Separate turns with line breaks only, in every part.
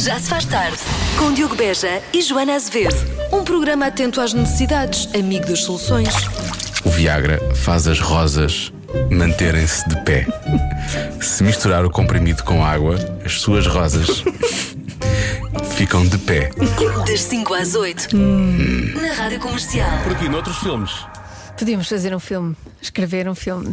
Já se faz tarde, com Diogo Beja e Joana Azevedo. Um programa atento às necessidades, amigo das soluções.
O Viagra faz as rosas manterem-se de pé. Se misturar o comprimido com água, as suas rosas ficam de pé.
Das 5 às 8, na Rádio Comercial.
Por aqui, noutros filmes.
Podíamos fazer um filme, escrever um filme.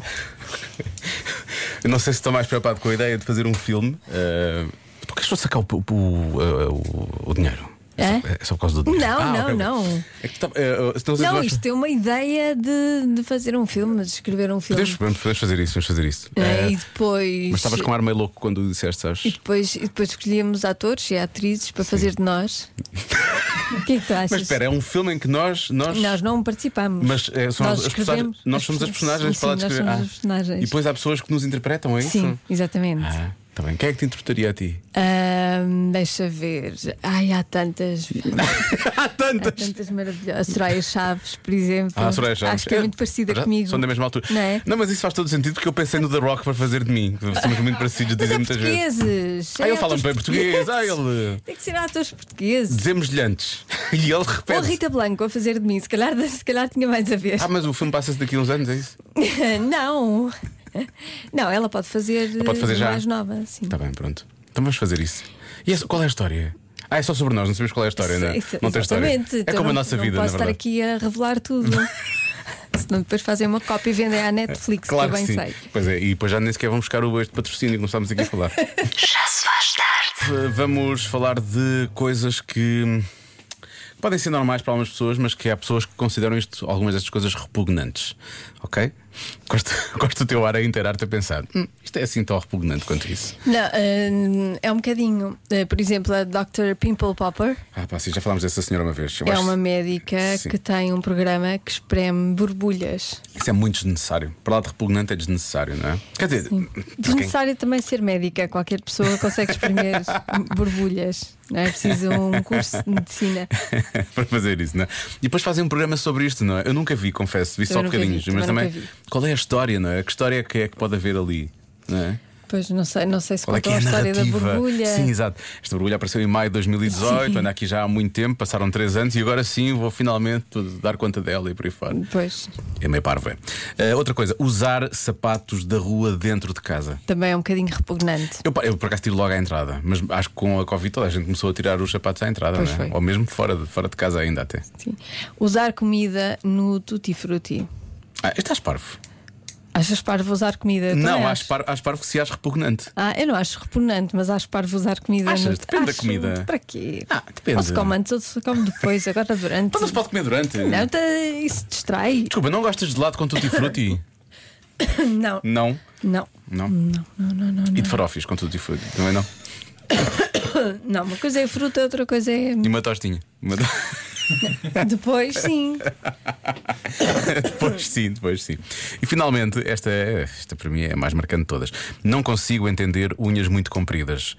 Eu não sei se estou mais preocupado com a ideia de fazer um filme. Uh, porque estou a sacar o, o, o- o- o dinheiro?
Hã?
só, é só por causa do dinheiro.
Não,
Ah, ok,
não,
ok.
não.
É que tá- eh, eh, se nós-
Não,
nós-
isto é uma ideia de, de fazer um filme, de escrever um filme.
Podemos, podemos fazer isso, vamos fazer isso.
É,
Eh,
e depois.
mas estavas com um ar meio louco quando disseste, sabes?
e depois, e depois escolhíamos atores e atrizes para fazer de nós. O que é que tu achas?
Mas espera, é um filme em que nós. nós...
Nós não participámos.
Mas eh, são
nós
as- as
escrevemos.
personagens- Nós somos as personagens
sim,
para lá de
sim,
escrever.
Nós
Ah,
somos as personagens.
E depois há pessoas que nos interpretam, é isso?
Sim, exatamente.
Ah, tá bem. Quem é que te interpretaria a ti?
Ahm, deixa ver. Ai, há tantas.
Há
Há
tantas!
tantas maravilhosas. A Soraya Chaves, por exemplo.
Ah, Soraya Chaves.
Acho que é,
Eh,
muito parecida
já
comigo.
São da mesma altura.
Não é?
mas isso faz todo sentido porque eu pensei no The Rock para fazer de mim. Somos muito parecidos,
Mas
dizem
é
muitas vezes.
portugueses.
Ah,
É
ele fala
atores
bem português. Ah,
portugueses.
ele.
Tem que ser atores portugueses.
Desemelhantes. E ele
Ou a
repete.
Rita Blanco a fazer de mim, se calhar, se calhar tinha mais a ver.
Ah, mas o filme passa-se daqui a uns anos, é isso?
não. Não, ela pode fazer,
pode fazer
eh,
já?
mais nova, sim.
Tá bem, pronto. Então vamos fazer isso. E essa- qual é a história? Ah, é só sobre nós, não sabemos qual é a história, não é?
Isso,
Não tem história.
exatamente.
É
Então
como a
não-
nossa
não
vida, na
posso estar
verdade.
aqui a revelar tudo. Senão depois fazem uma cópia e vendem à Netflix,
É, Claro
que eu
que
bem
sim.
sei.
Pois é, e depois já nem sequer vamos buscar o este patrocínio que nós estamos aqui a falar.
Já se faz tarde,
V- Vamos falar de coisas que hum, podem ser normais para algumas pessoas, mas que há pessoas que consideram isto, algumas destas coisas repugnantes. Ok? Gosto, gosto do teu ar a inteirar-te a pensar. "Hum, isto é assim tão repugnante quanto isso.
Não, hum, é um bocadinho. Eh, Por exemplo, a Dr. Pimple Popper
Ah, pá, sim, já falámos dessa senhora uma vez. Eu
é
acho
uma médica
Sim.
que tem um programa que espreme borbulhas.
que Isso é muito desnecessário. Para lá de repugnante é desnecessário, não é? Quer dizer, para quem-
Desnecessário também ser médica, qualquer pessoa consegue espremer borbulhas. Não é preciso um curso de medicina.
para fazer isso, não é? E depois fazem um programa sobre isto, não é? Eu nunca vi, confesso, vi só
Também nunca vi,
bocadinhos, mas
também
também
nunca vi.
qual é a história, não é? Que história é que é que pode haver ali? Não é?
Pois não sei, não sei se
Qual é que
contou
é a
a história da
narrativa?
borbulha.
Sim, exato. Esta borbulha apareceu em maio de 2018, anda aqui já há muito tempo, passaram três anos e agora sim vou finalmente dar conta dela e por aí fora.
Pois
É meio parvo, é. Ah, outra coisa, usar sapatos da rua dentro de casa.
também é um bocadinho repugnante.
Eu, pa- eu, por acaso tiro logo à entrada, mas acho que com a Covid toda a gente começou a tirar os sapatos à entrada,
Pois
não é?
foi.
ou mesmo fora de, fora de casa ainda até.
Sim. Usar comida no Tutti Frutti.
Ah, estás parvo.
Achas parvo usar comida? Eu
Não,
também
acho par- acho parvo que se acho repugnante.
Ah, eu não acho repugnante, mas acho parvo usar comida.
Achas?
no-
Depende da
Acho-
comida.
Para quê?
Ah, depende.
Ou se come antes ou se come depois, agora durante.
Então, Mas não se pode comer durante.
Não, tá, isso distrai.
Desculpa, não gostas de gelado com tutti frutti?
Não.
não.
Não,
Não. E de farófias com tutti frutti? Também não.
não, uma coisa é fruta, outra coisa é.
E uma tostinha. Uma to-
Depois, sim.
depois sim, depois sim. E finalmente, esta, é- esta para mim é a mais marcante de todas. Não consigo entender unhas muito compridas.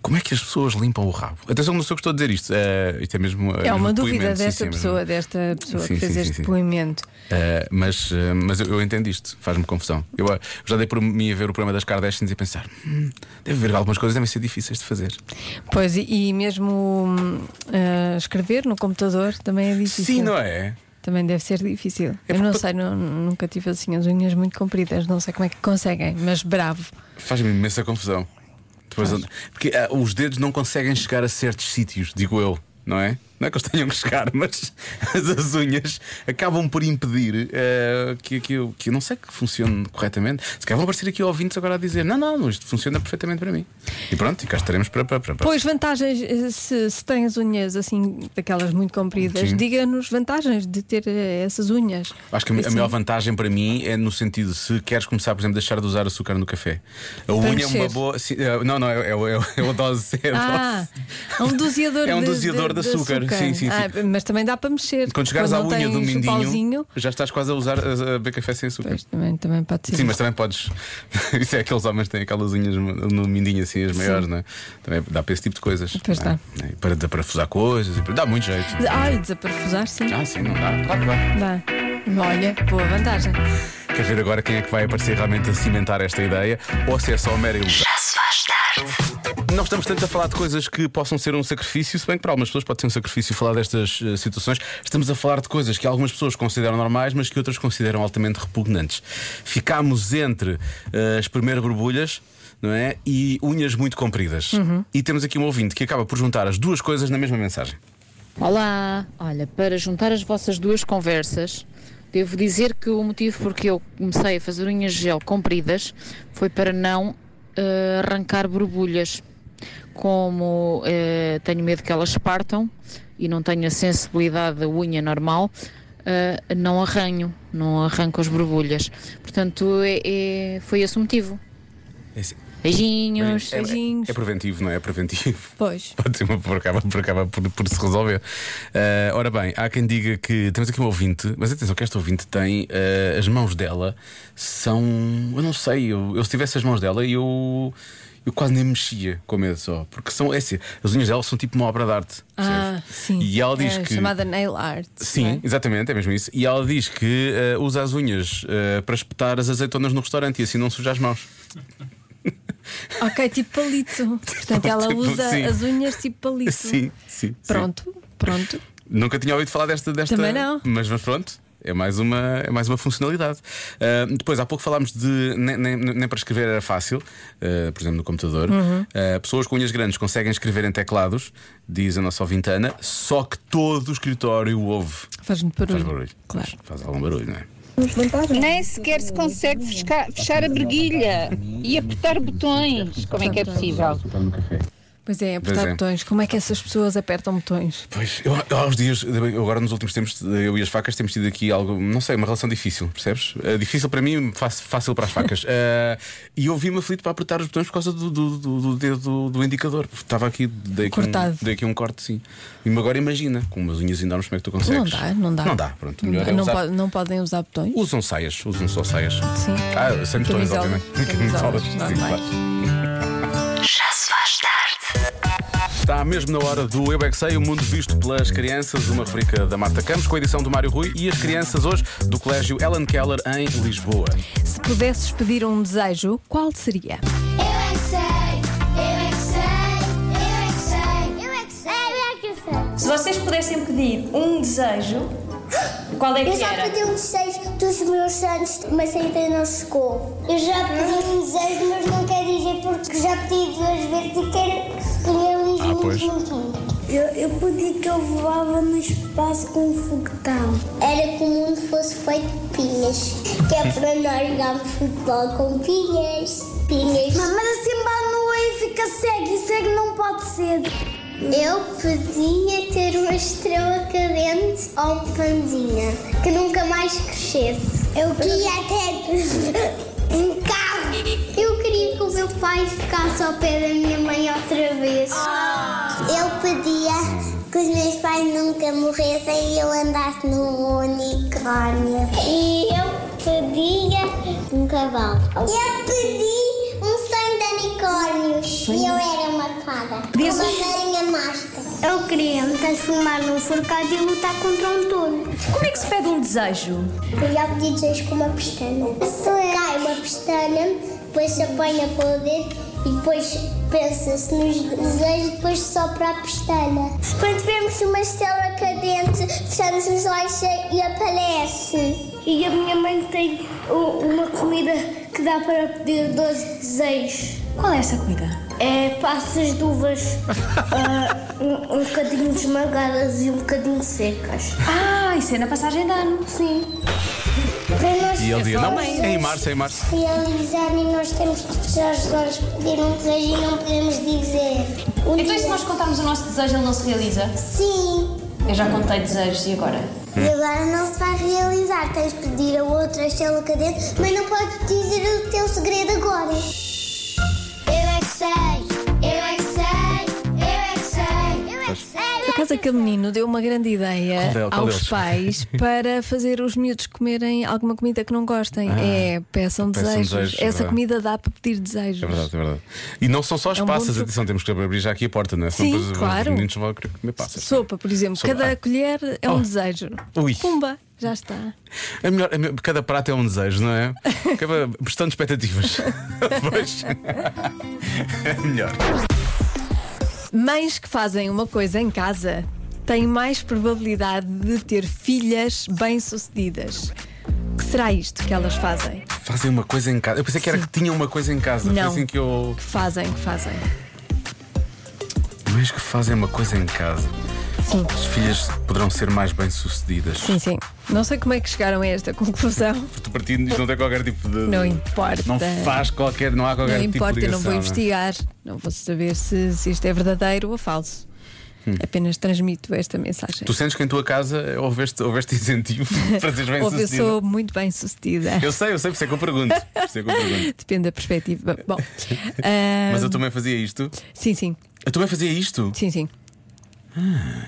Como é que as pessoas limpam o rabo? Atenção, não sou eu que estou a dizer isto. Eh, isto é mesmo.
É
mesmo
uma dúvida
depoimento, sim,
desta
sim, é mesmo.
pessoa, desta pessoa
Sim,
que fez
sim,
este
sim, sim.
depoimento.
Uh, mas, uh, mas eu, eu entendo isto, faz-me confusão. Eu uh, já dei por mim a ver o programa das Kardashians e a pensar: "Hum, deve haver algumas coisas que devem ser difíceis de fazer.
Pois, e, e mesmo hum, ah, escrever no computador também é difícil.
Sim, não é?
Também deve ser difícil.
É
eu não
porque-
sei, não- nunca tive assim as unhas muito compridas, não sei como é que conseguem, mas bravo.
Faz-me imensa confusão. Depois, Porque uh, os dedos não conseguem chegar a certos sítios, digo eu, não é? Não é que eles tenham que chegar, mas as, as unhas acabam por impedir uh, que, que, eu, que eu não sei que funcione corretamente. Se calhar vão aparecer aqui ouvintes agora a dizer: não, não, isto funciona perfeitamente para mim. E pronto, e cá estaremos para. para, para, para.
Pois, vantagens, eh, se, se têm as unhas assim, daquelas muito compridas,
Sim.
diga-nos vantagens de ter eh, essas unhas.
Acho que a, mi- a
Assim,
maior vantagem para mim é no sentido se queres começar, por exemplo, a deixar de usar açúcar no café. A unha é uma
mexer.
boa. sim, eh, não, não, é, é, o- é, o- é o dose. É a
Ah,
dose.
é um doseador
É um
de-
doseador de açúcar. Sim, sim, sim.
Ah, mas também dá para mexer.
Quando chegares à
não
unha do
tens o
mindinho,
pauzinho,
já estás quase a usar a, a beber café sem açúcar.
Pois, também, também pode ser.
Sim, mas também podes. Isso é aqueles homens que têm aquelas unhas no mindinho assim, as maiores, não é? Também dá para esse tipo de coisas.
Pois
não é? E Para parafusar coisas, e para- dá muito jeito.
Ai, desaparafusar, sim.
Ah, sim, não dá. Claro que dá.
Dá. Olha, boa vantagem.
Quer ver agora quem é que vai aparecer realmente a cimentar esta ideia? Ou se é só mera ilusão?
já se faz tarde.
Não estamos tanto a falar de coisas que possam ser um sacrifício, se bem que para algumas pessoas pode ser um sacrifício falar destas eh, situações. Estamos a falar de coisas que algumas pessoas consideram normais, mas que outras consideram altamente repugnantes. Ficámos entre eh, as primeiras borbulhas. Não é? E unhas muito compridas. E temos aqui um ouvinte que acaba por juntar as duas coisas na mesma mensagem.
Olá! Olha, para juntar as vossas duas conversas, devo dizer que o motivo porque eu comecei a fazer unhas de gel compridas foi para não eh, arrancar borbulhas. Como eh, tenho medo que elas partam e não tenho a sensibilidade da unha normal, eh, não arranho, não arranco as borbulhas. Portanto, é- é- foi esse o motivo. Beijinhos!
É- é-
beijinhos.
é preventivo, não é? É preventivo.
Pois.
Pode ser uma por acaba por, acaba por, por se resolver. Eh, ora bem, há quem diga que temos aqui um ouvinte, mas atenção que esta ouvinte tem eh, as mãos dela são. Eu não sei, eu, eu se tivesse as mãos dela eu, eu quase nem mexia com medo só. Porque são é assim, as unhas dela são tipo uma obra de arte.
Ah,
percebes?
sim.
E ela diz
É
que.
Chamada nail art.
Sim,
não é?
exatamente, é mesmo isso. E ela diz que eh, usa as unhas eh, para espetar as azeitonas no restaurante e assim não suja as mãos.
Ok, tipo palito. Portanto, ela
palito,
usa
Tipo, sim.
as unhas tipo palito.
Sim, sim. sim.
Pronto, pronto.
Nunca tinha ouvido falar desta. desta
Também não.
Mas, mas pronto. É mais, uma, é mais uma funcionalidade. Ah, depois, há pouco falámos de. Nem, nem- nem para escrever era fácil, ah, por exemplo, no computador.
Uhum.
Ah, pessoas com unhas grandes conseguem escrever em teclados, diz a nossa ouvinte Ana, só que todo o escritório ouve.
Faz muito barulho.
Faz barulho.
Hum. Claro.
Faz algum barulho, não é?
Nem sequer se consegue fechar, fechar a briguilha e apertar botões. Como é que é possível?
Pois é, apertar
Pois é.
botões. Como é que essas pessoas apertam botões?
Pois, eu, eu há uns dias, eu agora nos últimos tempos, eu e as facas temos tido aqui algo, não sei, uma relação difícil, percebes? Eh, difícil para mim, fácil, fácil para as facas. Eh, e eu vi-me aflito para apertar os botões por causa do, do, do, do dedo do indicador. Estava aqui, dei aqui, um,
Cortado.
dei aqui um corte, sim. E agora imagina, com umas unhas enormes, como é que tu consegues?
Não dá, não dá.
Não dá, pronto.
Não,
Melhor
dá.
é
Não
usar-
po- não podem usar botões?
Usam saias, usam só saias.
Sim.
Ah, sem botões,
Camisolas.
obviamente.
Camisolas,
sim,
normais.
claro. Está mesmo na hora do Eu é Que Sei, o mundo visto pelas crianças, uma rubrica da Marta Campos, com a edição do Mário Rui e as crianças hoje do Colégio Ellen Keller em Lisboa.
Se pudesses pedir um desejo, qual seria?
Eu é que sei, eu é que sei, eu é que sei, eu é que sei, eu é que sei, eu é que sei.
Se vocês pudessem pedir um desejo, qual é
Eu
que
já
era?
pedi um desejo dos meus santos, mas ainda não chegou. Eu já pedi um desejo, mas não quero dizer porque já pedi duas vezes e quero um realizar
Ah, pois.
Eu, eu pedi que eu voava no espaço com um foguetão. Era que o mundo fosse feito de pinhas. Que é para nós jogarmos futebol com pinhas. Pinhas. Mas, assim balnoa e fica cego. E cego é não pode ser. Eu podia ter uma estrela cadente ou um pandinha que nunca mais crescesse. Eu queria ter um carro. Eu queria que o meu pai ficasse ao pé da minha mãe outra vez. Eu pedia que os meus pais nunca morressem e eu andasse num unicórnio. E eu pedia um cavalo. Eu pedi um sonho de unicórnios. E eu era uma fada. Uma marinha mágica. Eu queria me transformar num um forcado e lutar contra um touro.
Como é que se pede um desejo?
Eu já pedi desejos com uma pestana. Cai uma pestana, depois se apanha com o dedo e depois pensa-se nos desejos e depois sopra a pestana. Quando vemos uma estrela cadente, fechamos os olhos e aparece. E a minha mãe tem uma comida que dá para pedir 12 desejos.
Qual é essa comida?
É passas de uvas, um, um bocadinho esmagadas e um bocadinho secas.
Ah, isso é na passagem de ano.
Sim. Para nós
E ele dizia: Não,
fazermos
é em março, é em março.
realizar e nós temos de fechar os olhos, pedir um desejo e não podemos dizer.
Então,
Um
e se
dia-
nós contarmos o nosso desejo, ele não se realiza?
Sim.
Eu já contei desejos e agora?
E agora não se vai realizar. Tens de pedir a outra estrela cadente, mas não podes dizer o teu segredo agora. Eu é que sei, eu é que sei, eu é que sei, eu é que sei.
Por acaso aquele menino deu uma grande ideia
Qual dele- qual
aos
deles?
pais para fazer os miúdos comerem alguma comida que não gostem. é, peçam
Ah, peçam
desejos.
desejos, é
Essa
verdade.
comida dá para pedir desejos.
É verdade, é verdade. E não são só as
É um bom
passas,
truque.
atenção, temos que abrir já aqui a porta, não é?
Sim,
Senão depois
claro.
Os meninos vão querer comer passas.
Sopa, por exemplo,
Sopa.
cada
Ah.
colher é um
Oh.
desejo.
Ui.
Pumba, já está.
É melhor, é melhor- cada prato é um desejo, não é? Acaba prestando expectativas. pois. é melhor.
Mães que fazem uma coisa em casa têm mais probabilidade de ter filhas bem-sucedidas. Que será isto que elas fazem?
Fazem uma coisa em casa. Eu pensei que era
Sim.
que tinham uma coisa em casa. Foi
Não.
assim que eu.
Que fazem, que fazem.
Mães é que fazem uma coisa em casa.
Sim.
As filhas poderão ser mais bem-sucedidas.
Sim, sim. Não sei como é que chegaram a esta conclusão.
Porque partindo isto não tem qualquer tipo de.
Não importa.
Não faz qualquer. Não há qualquer
Não
tipo
importa,
de
eu não
ligação,
vou investigar. Não vou saber se, se isto é verdadeiro ou falso. Apenas transmito esta mensagem.
Hum. Tu sentes que em tua casa houveste, houveste incentivo para seres
Ou eu
bem-sucedida?
sou muito bem sucedida.
Eu sei, eu sei, por isso é que eu pergunto. Por isso é que eu pergunto.
Depende da perspectiva. Bom.
Mas eu
ah,
também fazia isto.
Sim, sim,
Eu também fazia isto.
sim, sim.
Ah.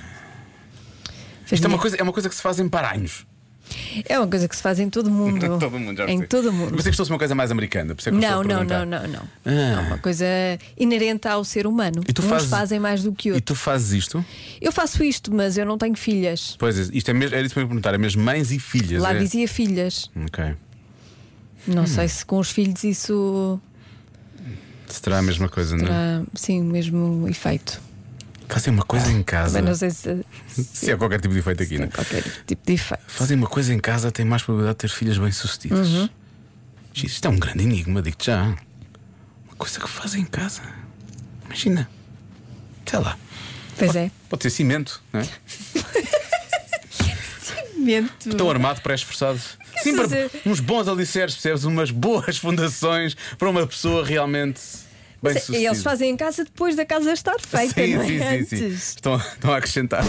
Isto é uma,
Fazia-
coisa, é uma coisa que se faz em paranhos.
é uma coisa que se faz em todo o mundo.
todo mundo, já
em
percebi.
todo o mundo.
Pensei que fosse uma coisa mais americana. por isso é que eu estou
Não,
a
não,
perguntar.
não, não, não.
Ah.
É uma coisa inerente ao ser humano.
E tu
Uns
fazes-
fazem mais do que
E
outros.
tu fazes isto?
Eu faço isto, mas eu não tenho filhas.
Pois é, isto é mesmo, era isso que eu ia perguntar, é mesmo mães e filhas.
Lá
é? Hum.
dizia filhas.
Ok.
Não sei se com os filhos isso
Será a mesma coisa, não é?
terá, sim, o mesmo efeito.
Fazem uma coisa em casa.
Mas não sei se, se
Se há qualquer tipo de efeito aqui,
tem
não é?
qualquer tipo de efeito.
Fazem uma coisa em casa têm mais probabilidade de ter filhas bem-sucedidas.
Uhum.
Giz, Isto é um grande enigma, digo-te já. Uma coisa que fazem em casa. Imagina. Sei lá.
Pois é.
Pode ser cimento, não é?
Hum.
Estão armado, pré-esforçado.
é
Sim, para
fazer?
uns bons alicerces, percebes? Umas boas fundações para uma pessoa realmente bem-sucedida.
E eles fazem em casa depois da casa estar feita,
sim,
não é?
sim, sim, sim.
Antes.
Estão, estão a acrescentar.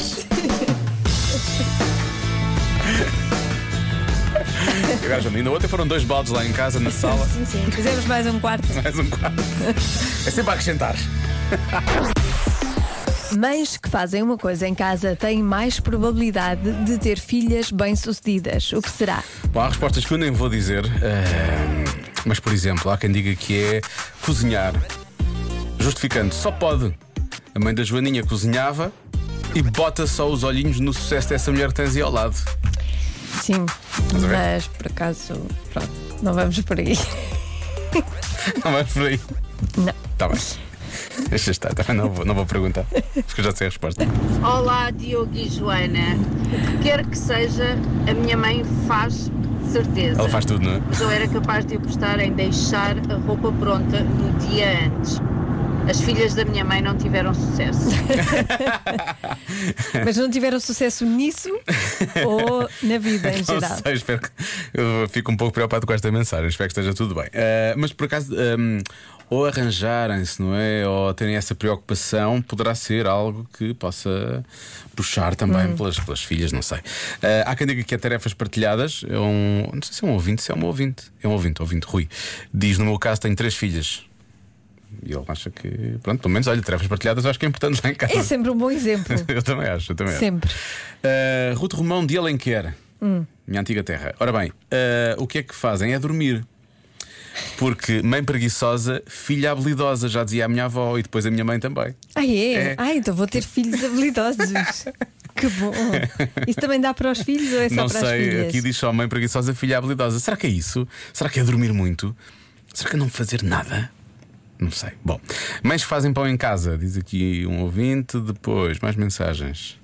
Agora, Joana, ainda ontem foram dois baldes lá em casa, na sala,
Sim, sim. Fizemos mais um quarto.
mais um quarto. É sempre a acrescentar.
Mães que fazem uma coisa em casa têm mais probabilidade de ter filhas bem-sucedidas. O que será?
Bom, há respostas que eu nem vou dizer, eh, mas por exemplo, há quem diga que é cozinhar. Justificando, só pode. A mãe da Joaninha cozinhava e bota só os olhinhos no sucesso dessa mulher que tens aí ao lado.
Sim,
a ver?
mas por acaso, pronto, não vamos por aí.
Não vais por aí.
Não.
Tá bem. Deixa estar, tá bem, não, vou, não vou perguntar, porque eu já sei a resposta.
Olá, Diogo e Joana. O que quer que seja, a minha mãe faz de certeza.
Ela faz tudo, não é?
Mas eu era capaz de apostar em deixar a roupa pronta no dia antes. As filhas da minha mãe não tiveram sucesso.
Mas não tiveram sucesso nisso ou na vida em
Não
geral.
sei, espero que. Eu fico um pouco preocupado com esta mensagem, espero que esteja tudo bem. Eh, mas por acaso, ehm, ou arranjarem-se, não é? Ou terem essa preocupação, poderá ser algo que possa puxar também pelas, pelas filhas, não sei. Eh, há quem diga que é tarefas partilhadas. É um, não sei se é um ouvinte, se é um ouvinte. É um ouvinte, ouvinte Rui. Diz: No meu caso, tenho três filhas. E ele acha que, pronto, pelo menos, olha, tarefas partilhadas, acho que é importante lá em casa.
É sempre um bom exemplo.
Eu também acho, eu também acho.
Sempre.
Uh, Ruth Romão de Alenquer,
Hum.
minha antiga terra. Ora bem, uh, o que é que fazem? É dormir. Porque mãe preguiçosa, filha habilidosa, já dizia a minha avó e depois a minha mãe também.
Ah, é?
É.
Ah, então vou ter filhos habilidosos. Que bom. Isso também dá para os filhos ou é só
Não
para as
sei,
filhas?
aqui diz só mãe preguiçosa, filha habilidosa. Será que é isso? Será que é dormir muito? Será que é não fazer nada? Não sei. Bom, mães que fazem pão em casa, diz aqui um ouvinte. Depois, mais mensagens.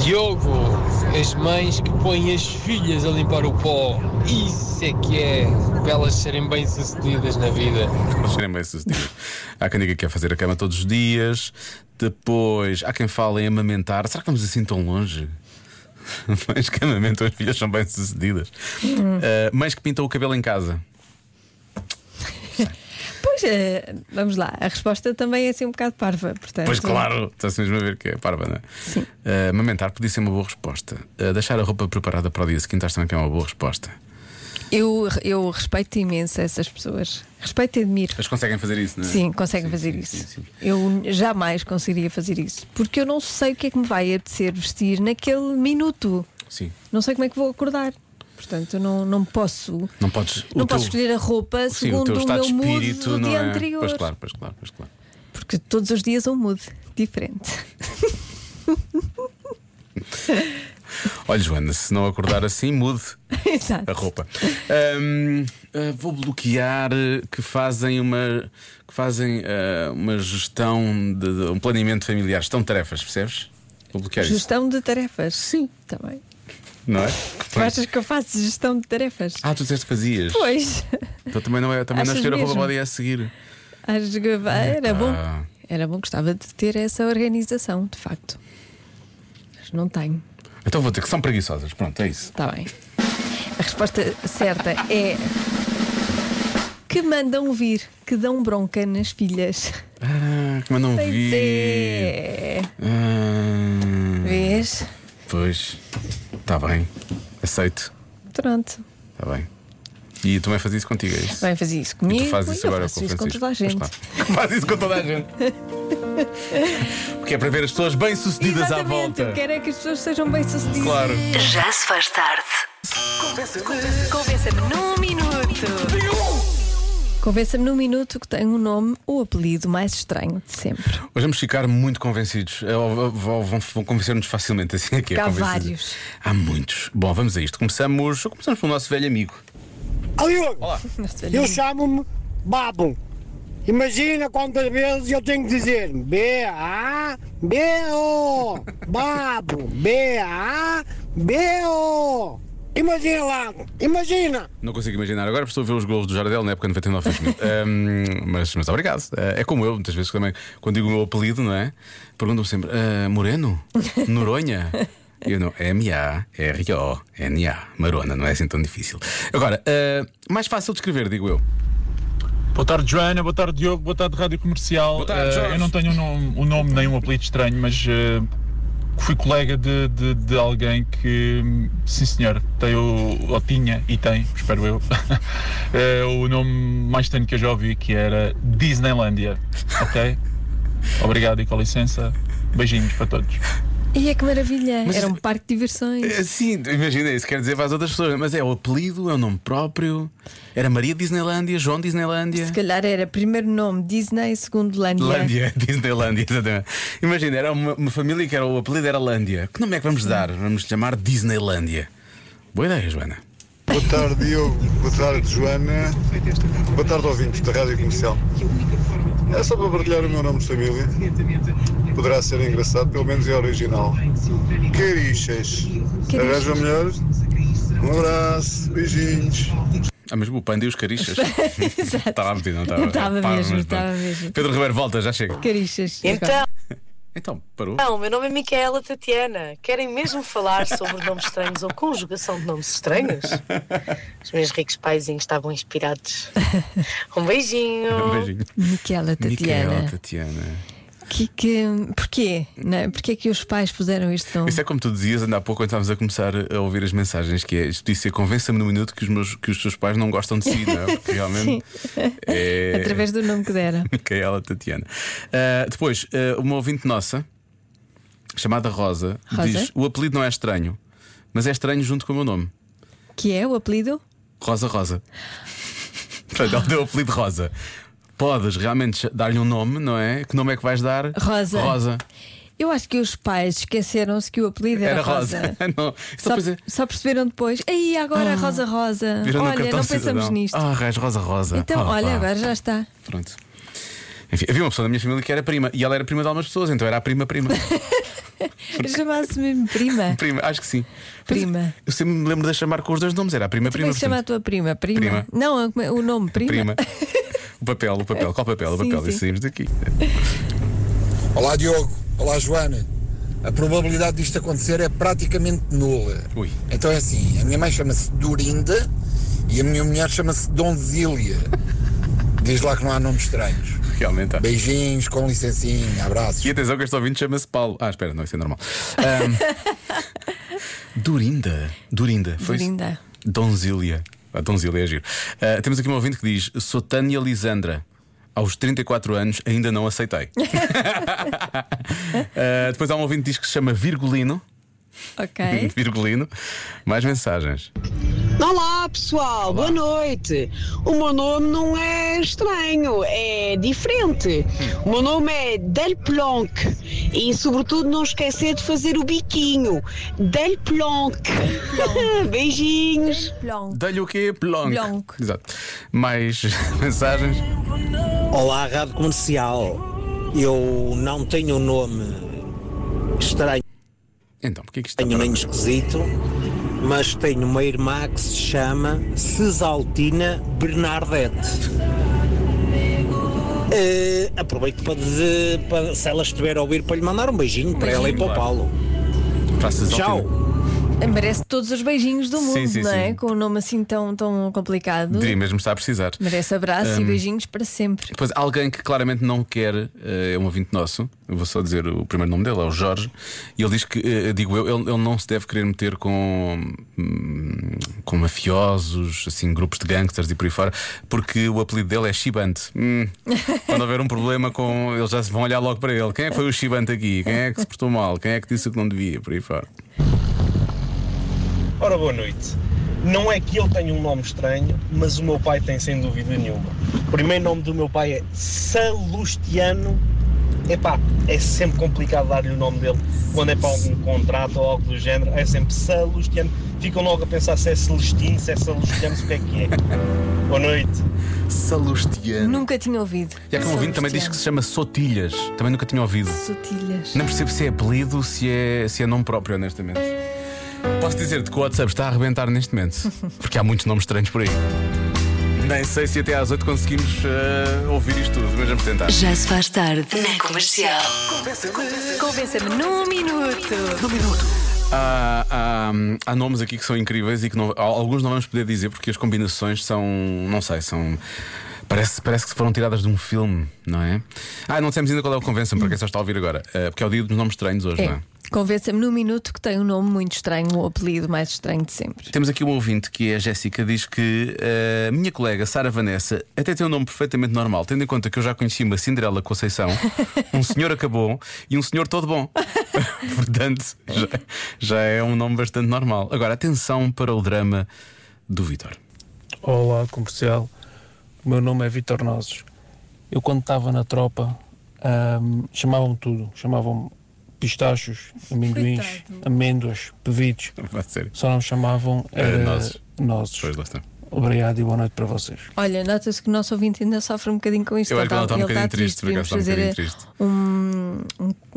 Diogo, as mães que põem as filhas a limpar o pó, isso é que é para elas serem bem-sucedidas na vida.
Eles serem bem-sucedidos. é Há quem diga que quer fazer a cama todos os dias. Depois, há quem fala em amamentar. Será que vamos assim tão longe? Mães que amamentam as filhas são bem-sucedidas.
Hum.
Ah, mães que pintam o cabelo em casa.
Pois, eh, vamos lá. A resposta também é assim um bocado parva. Portanto,
Pois claro, está-se mesmo a ver que é parva, não é? Sim. amamentar podia ser uma boa resposta. Ah, deixar a roupa preparada para o dia seguinte acho também que é uma boa resposta.
Eu, eu respeito imenso essas pessoas. Respeito e admiro.
Eles conseguem fazer isso, não é?
Sim, conseguem fazer
sim,
isso.
sim, sim.
Eu jamais conseguiria fazer isso. Porque eu não sei o que é que me vai apetecer vestir naquele minuto.
Sim.
Não sei como é que vou acordar. Portanto, eu não, não posso.
Não podes. o
Não
teu-
posso escolher a roupa
Sim, o
segundo
teu
o,
estado
meu
de
mood
espírito,
do
não
dia
é?
anterior.
Pois claro, pois claro, pois claro.
Porque todos os dias um mood diferente.
Olha, Joana, se não acordar assim, mude.
Exato.
a roupa. Ahm, ah, vou bloquear eh, que fazem uma que fazem ah, uma gestão de, de- um planeamento familiar, gestão de tarefas, percebes? Vou bloquear é isso,
Gestão de tarefas. Sim. Também.
não é?
Tu achas que eu faço gestão de tarefas?
Ah, tu disseste que fazias.
Pois.
Então também não é, também não
Achas
escolher a roupa
mesmo?
body a seguir.
Acho que era bom.
Ah.
Era bom, gostava de ter essa organização, de facto. Mas não tenho.
Então vou ter que são preguiçosas. Pronto, é isso.
Está Tá bem. A resposta certa é. Que mandam vir, que dão bronca nas filhas.
Ah, que mandam
Pois
vir.
é.
Ah,
Vês?
pois. Está bem. Aceito.
Pronto.
Está bem. E tu vais fazer isso contigo, é isso?
Bem, fazia isso
E
comigo.
tu fazes isso
eu
agora
faço
com o
isso com
Francisco.
toda a gente.
Pois tá. claro. Faz isso com toda a gente. Porque é para ver as pessoas bem-sucedidas à
Exatamente,
volta.
eu quero é que as pessoas sejam bem-sucedidas.
Claro.
Já se faz tarde. Convença-me num minuto.
Convença-me num minuto que tem um nome ou apelido mais estranho de sempre.
Hoje vamos ficar muito convencidos. Eh, ou- ou- ou Vão, vão convencer-nos facilmente. Assim é que é
Há
convencido.
vários.
Há muitos. Bom, vamos a isto. Começamos, começamos pelo nosso velho amigo.
Ó, Diogo,
Nosso velho
eu
amigo.
chamo-me Babo. Imagina quantas vezes eu tenho que dizer B-A-B-O. Babo. B-A-B-O. Imagina lá, imagina.
Não consigo imaginar agora, porque estou a ver os golos do Jardel na época de 99 2000. Ahm, mas, mas obrigado. Eh, é como eu, muitas vezes também, quando digo o meu apelido, não é? Perguntam-me sempre: "Ah, Moreno? Noronha? E Eu não, M-A-R-O, N-A, Marona, não é assim tão difícil. Agora, ah, mais fácil de escrever, digo eu.
Boa tarde, Joana. Boa tarde, Diogo. Boa tarde, Rádio Comercial.
Boa tarde,
Eh,
Jorge.
eu não tenho um nome, um nome nem um apelido estranho, mas eh, fui colega de, de- de alguém que, hum, sim senhor, tem o, ou tinha e tem, espero eu, eh, o nome mais estranho que eu já ouvi, que era Disneylandia. Ok? Obrigado e com licença. Beijinhos para todos.
E é que maravilha!
Mas-
Era um parque de diversões.
Eh, Sim, imagina isso, quer dizer para as outras pessoas, mas é o apelido, é o nome próprio. Era Maria Disneylândia, João Disneylândia.
Se calhar era primeiro nome Disney, segundo Lândia.
Lândia, Disneylândia, exatamente. Imagina, era uma, uma família que era o apelido era Lândia. Que nome é que vamos dar? Vamos chamar Disneylândia. Boa ideia, Joana.
Boa tarde, Diogo. Boa tarde, Joana. Boa tarde, ouvintes da Rádio Comercial. É só para partilhar o meu nome de família. Poderá ser engraçado, pelo menos é original. Carixas. Arranja melhor. Um abraço. Beijinhos.
Ah, mas o panda e os carixas.
Exato.
Estava a meter, não estava?
Estava
Pá,
mesmo,
mas
estava
pronto.
mesmo.
Pedro Ribeiro, volta, já chega.
Carixas.
Então,
Então, parou.
não, meu nome é Micaela Tatiana. Querem mesmo falar sobre nomes estranhos ou conjugação de nomes estranhos? Os meus ricos paizinhos estavam inspirados. Um beijinho.
Um beijinho.
Miquela
Micaela
Tatiana.
Tatiana.
Que, que, porquê? Não é? Porquê é que os pais puseram este nome?
Isso é como tu dizias ainda há pouco quando estávamos a começar a ouvir as mensagens, que é isto disse convença-me no minuto que os, meus, que os teus pais não gostam de si, não é? Porque realmente é
Através do nome que dera.
Micaela Tatiana. Ah, depois, ah, uma ouvinte nossa, chamada Rosa,
Rosa?
diz: O apelido não é estranho, mas é estranho junto com o meu nome.
Que é o apelido?
Rosa Rosa. Portanto, ela deu o apelido Rosa. Podes realmente dar-lhe um nome, não é? Que nome é que vais dar?
Rosa.
Rosa.
Eu acho que os pais esqueceram-se que o apelido era,
Era Rosa. não. Só
Só,
depois é-
só perceberam depois. Aí agora
Ah.
Rosa Rosa.
Virou no
Olha,
cartão
não
de
pensamos
cidadão.
nisto.
Ah, raios, Rosa Rosa.
Então,
Ah,
olha,
pá.
agora já está.
Pronto. Enfim, havia uma pessoa da minha família que era prima e ela era prima de algumas pessoas, então era a prima-prima.
Chamasse mesmo prima.
prima, acho que sim.
Prima.
Eu sempre me lembro de a chamar com os dois nomes, era a
Como
prima-prima.
é que chama a tua prima? Prima?
Prima.
Não, como é- o nome, prima.
prima. O papel, o papel, qual papel? O
Sim,
papel, e
sim.
saímos daqui.
Olá Diogo, olá Joana. A probabilidade disto acontecer é praticamente nula.
Ui.
Então é assim, a minha mãe chama-se Dorinda e a minha mulher chama-se Donzília. Diz lá que não há nomes estranhos.
Realmente há.
Beijinhos, com licencinha, abraços.
E atenção que este ouvinte chama-se Paulo. Ah, espera, não, isso é normal. Ahm, Dorinda. Dorinda. Foi isso?
Dorinda.
Donzília. Ah, Donzília é giro. Ah, temos aqui um ouvinte que diz: Sou Tânia Lisandra. Aos 34 anos ainda não aceitei. Ah, depois há um
É?
ouvinte que diz que se chama Virgulino.
Ok.
Virgulino. Mais mensagens.
Olá pessoal, boa noite. O meu nome não é estranho, é diferente. O meu nome é Del Plonk e, sobretudo, não esquecer de fazer o biquinho. Del Plonk. Beijinhos.
Dei-lhe o quê? Plonk. Exato. Mais mensagens?
Olá, Rádio Comercial. Eu não tenho um nome estranho.
Então, porquê que isto
Tenho nem esquisito, mas tenho uma irmã que se chama Cesaltina Bernardete. Eh, aproveito para, dizer- para- se ela estiver a ouvir, para lhe mandar um beijinho para ela e para o Paulo. Tchau.
Merece todos os beijinhos do
Sim,
mundo,
sim,
não é?
sim.
Com um nome assim tão, tão complicado.
Diria mesmo que está a precisar.
Merece abraço e
Ahm,
beijinhos para sempre.
Depois, alguém que claramente não quer eh, é um ouvinte nosso. Eu vou só dizer o primeiro nome dele, é o Jorge. E ele diz que, eh, digo eu, ele, ele não se deve querer meter com, hum, com mafiosos, assim, grupos de gangsters e por aí fora, porque o apelido dele é Chibante. Hum, quando houver um problema com. Eles já se vão olhar logo para ele. Quem é que foi o Chibante aqui? Quem é que se portou mal? Quem é que disse o que não devia? Por aí fora.
Ora, boa noite. Não é que eu tenha um nome estranho, mas o meu pai tem sem dúvida nenhuma. O primeiro nome do meu pai é Salustiano. Epá, é sempre complicado dar-lhe o nome dele. Quando é para algum tipo contrato ou algo do género, é sempre Salustiano. Ficam logo a pensar se é Celestino, se é Salustiano, se o que é que é. Boa noite.
Salustiano.
Nunca tinha ouvido.
E há que um ouvinte também diz que se chama Sotilhas. Também nunca tinha ouvido.
Sotilhas.
Não percebo se é apelido, se é, se é nome próprio, honestamente. Posso dizer-te que o WhatsApp está a arrebentar neste momento, porque há muitos nomes estranhos por aí. Nem sei se até às 8 conseguimos eh, ouvir isto tudo, mas vamos tentar.
Já se faz tarde na comercial. Convença-me num minuto. Num minuto.
Há, há, há nomes aqui que são incríveis e que não- alguns não vamos poder dizer porque as combinações são. não sei, são. Parece, parece que foram tiradas de um filme, não é? Ah, não dissemos ainda qual é o convença-me para quem só está a ouvir agora. eh, porque é o dia dos nomes estranhos hoje, não
É.
é?
Convença-me num minuto que tem um nome muito estranho, o apelido mais estranho de sempre.
Temos aqui um ouvinte que é a Jéssica, diz que eh, a minha colega Sara Vanessa até tem um nome perfeitamente normal, tendo em conta que eu já conheci uma Cinderela Conceição, um senhor acabou e um senhor todo bom. Portanto, já, já é um nome bastante normal. Agora, atenção para o drama do Vitor.
Olá, comercial. O meu nome é Vitor Nozes. Eu, quando estava na tropa, ahm, chamavam-me tudo. Chamavam-me pistachos, amendoins, amêndoas, pevitos. Só não me chamavam
Eh,
eh,
Era
era
nozes.
nozes.
Pois é. lá está.
Obrigado e boa noite para vocês.
Olha, nota-se que o nosso ouvinte ainda sofre um bocadinho com isto.
Eu acho
Ele
que ela está um
ele
bocadinho triste, por
Devíamos
acaso está um
fazer
bocadinho
um,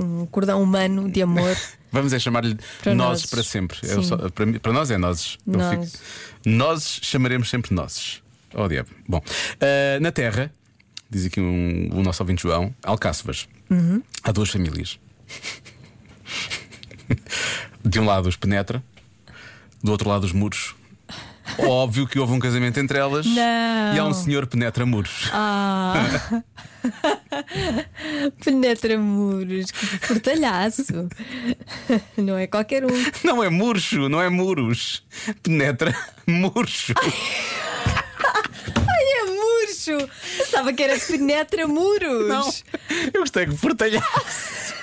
um- um cordão humano de amor.
Vamos é chamar-lhe
Para
nozes
nozes.
para sempre. É
Sim.
só- para, mim- para nós é nozes. Eu
Nozes.
Nozes chamaremos sempre nozes. Oh diabo. Bom, ah, na Terra, diz aqui um- o nosso ouvinte João, Alcáçovas.
Uhum.
Há duas famílias. De um lado os penetra, do outro lado os muros. Óbvio que houve um casamento entre elas
Não.
e há um senhor penetra muros.
Ah! Penetra muros, que portalhaço. Não é qualquer um.
Não é murcho, não é muros. Penetra murcho.
Ai, é murcho! Pensava que era penetra muros.
Não, eu gostei que portalhaço.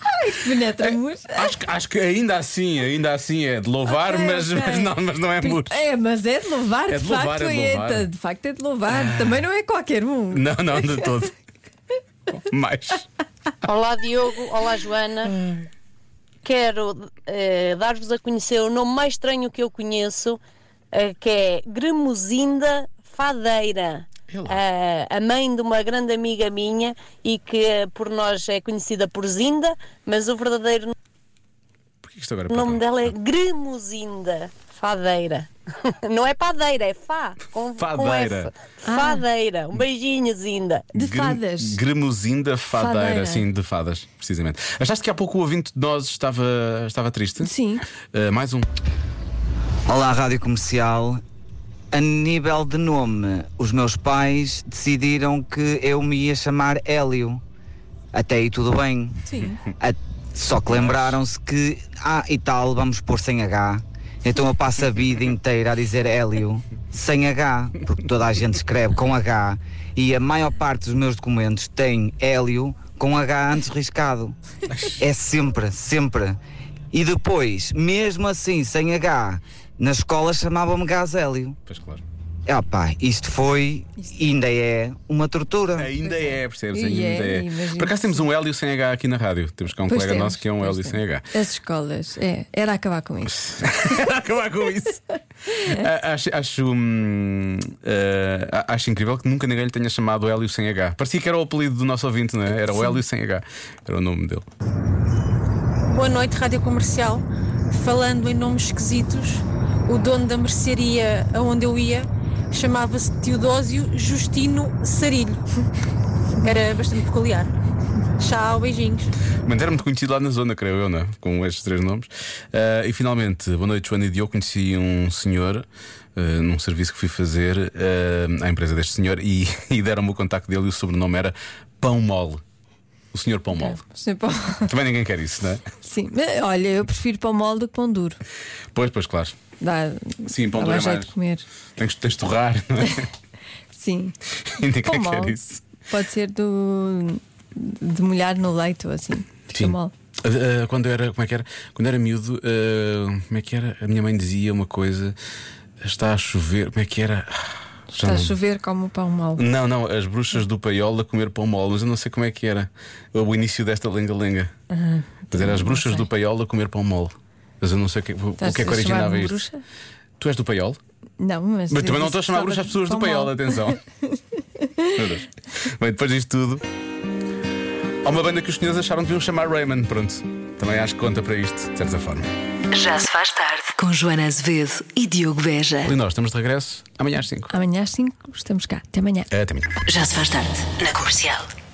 Ai, que penetra muros.
Acho, que- acho que ainda assim, ainda assim é de louvar,
Ok,
mas,
ok.
mas não, mas não é
Pen-
murcho.
É, mas é de louvar,
É
de,
de louvar,
facto
é de louvar. Ah.
é. De facto é de louvar. Também não é qualquer um.
Não, não, de todo. Mais.
Olá Diogo, olá Joana. Quero eh, dar-vos a conhecer o nome mais estranho que eu conheço, eh, que é Gremuzinda Fadeira. Eh, a mãe de uma grande amiga minha e que eh, por nós é conhecida por Zinda, mas o verdadeiro
Porquê que isto agora
nome dela é Gremuzinda Fadeira. Não é padeira, é fá. Com, com
Fadeira.
F. Fadeira. Um beijinho, Zinda.
De
Gre- Gremuzinda fadeira,
Fadeira.
sim, de fadas, precisamente. Achaste que há pouco o ouvinte de nós estava, estava triste?
Sim.
mais um.
Olá, Rádio Comercial. A nível de nome, os meus pais decidiram que eu me ia chamar Hélio. Até aí tudo bem.
Sim.
Um
A- só que lembraram-se que, ah, e tal, vamos pôr sem H. Então eu passo a vida inteira a dizer Hélio sem H, porque toda a gente escreve com H e a maior parte dos meus documentos tem Hélio com H antes riscado. É sempre, sempre. E depois, mesmo assim, sem H, Na escola chamavam-me Gazélio.
Pois claro.
É pá, isto foi, ainda é uma tortura.
Ainda é, percebes?
E
Ainda
é,
é.
imagino
Por acaso temos um Hélio sem H aqui na rádio. Temos cá um
Pois
colega
temos,
nosso que é um
pois
Hélio sem H.
As escolas, é, era acabar com isso.
Era acabar com isso. Ah, acho, acho, hum, ah, acho incrível que nunca ninguém lhe tenha chamado Hélio sem H. Parecia que era o apelido do nosso ouvinte, não é? Era o Hélio sem H. Era o nome dele.
Boa noite, Rádio Comercial. Falando em nomes esquisitos, o dono da mercearia aonde eu ia chamava-se Teodósio Justino Sarilho. Era bastante peculiar. Tchau, beijinhos.
Mas era muito conhecido lá na zona, creio eu, não é? Com estes três nomes. Ah, e finalmente, boa noite, Joana e Diogo. Conheci um senhor ah, num serviço que fui fazer ah, à empresa deste senhor e, e deram-me o contacto dele e o sobrenome era Pão Mole. O senhor Pão Mole.
Sim, pão-
Também ninguém quer isso, não é?
Sim, mas, olha, eu prefiro pão mole do que pão duro.
Pois, pois, claro.
Dá,
Sim, pão
dá
duro é
mais jeito
mais.
de comer.
Tens, tens de torrar, não é?
Sim.
E ninguém
Pão
quer
mole.
é isso.
Pode ser do, de molhar no leite ou assim. Fica
Sim.
mole.
Ah, ah, quando eu era, como é que era? Quando eu era miúdo, ah, como é que era? A minha mãe dizia uma coisa: está a chover, como é que era? Ah, já
Está a
não-
chover como o pão mole.
Não, não, as bruxas do paiola comer pão mole, mas eu não sei como é que era o início desta lenga-lenga.
Ah,
Mas era as
não
bruxas
sei. Então,
do paiola comer pão mole. Mas eu não sei o que, o que é que
Estás a
originava
chamar-me
isto.
bruxa?
Tu és do paiol?
Não, mas.
Mas
eu
também não estou
disse
a chamar
que
bruxa
estava
as pessoas do
pão
paiol,
mole.
atenção. Meu Deus. Bem, depois disto tudo. Há uma banda que os senhores acharam que deviam chamar Raymond, pronto. Também acho que conta para isto, de certa forma.
Já se faz tarde com Joana Azevedo e Diogo Beja.
E nós estamos de regresso amanhã às 5.
Amanhã às 5 estamos cá. Até amanhã.
Até amanhã.
Já se faz tarde na comercial.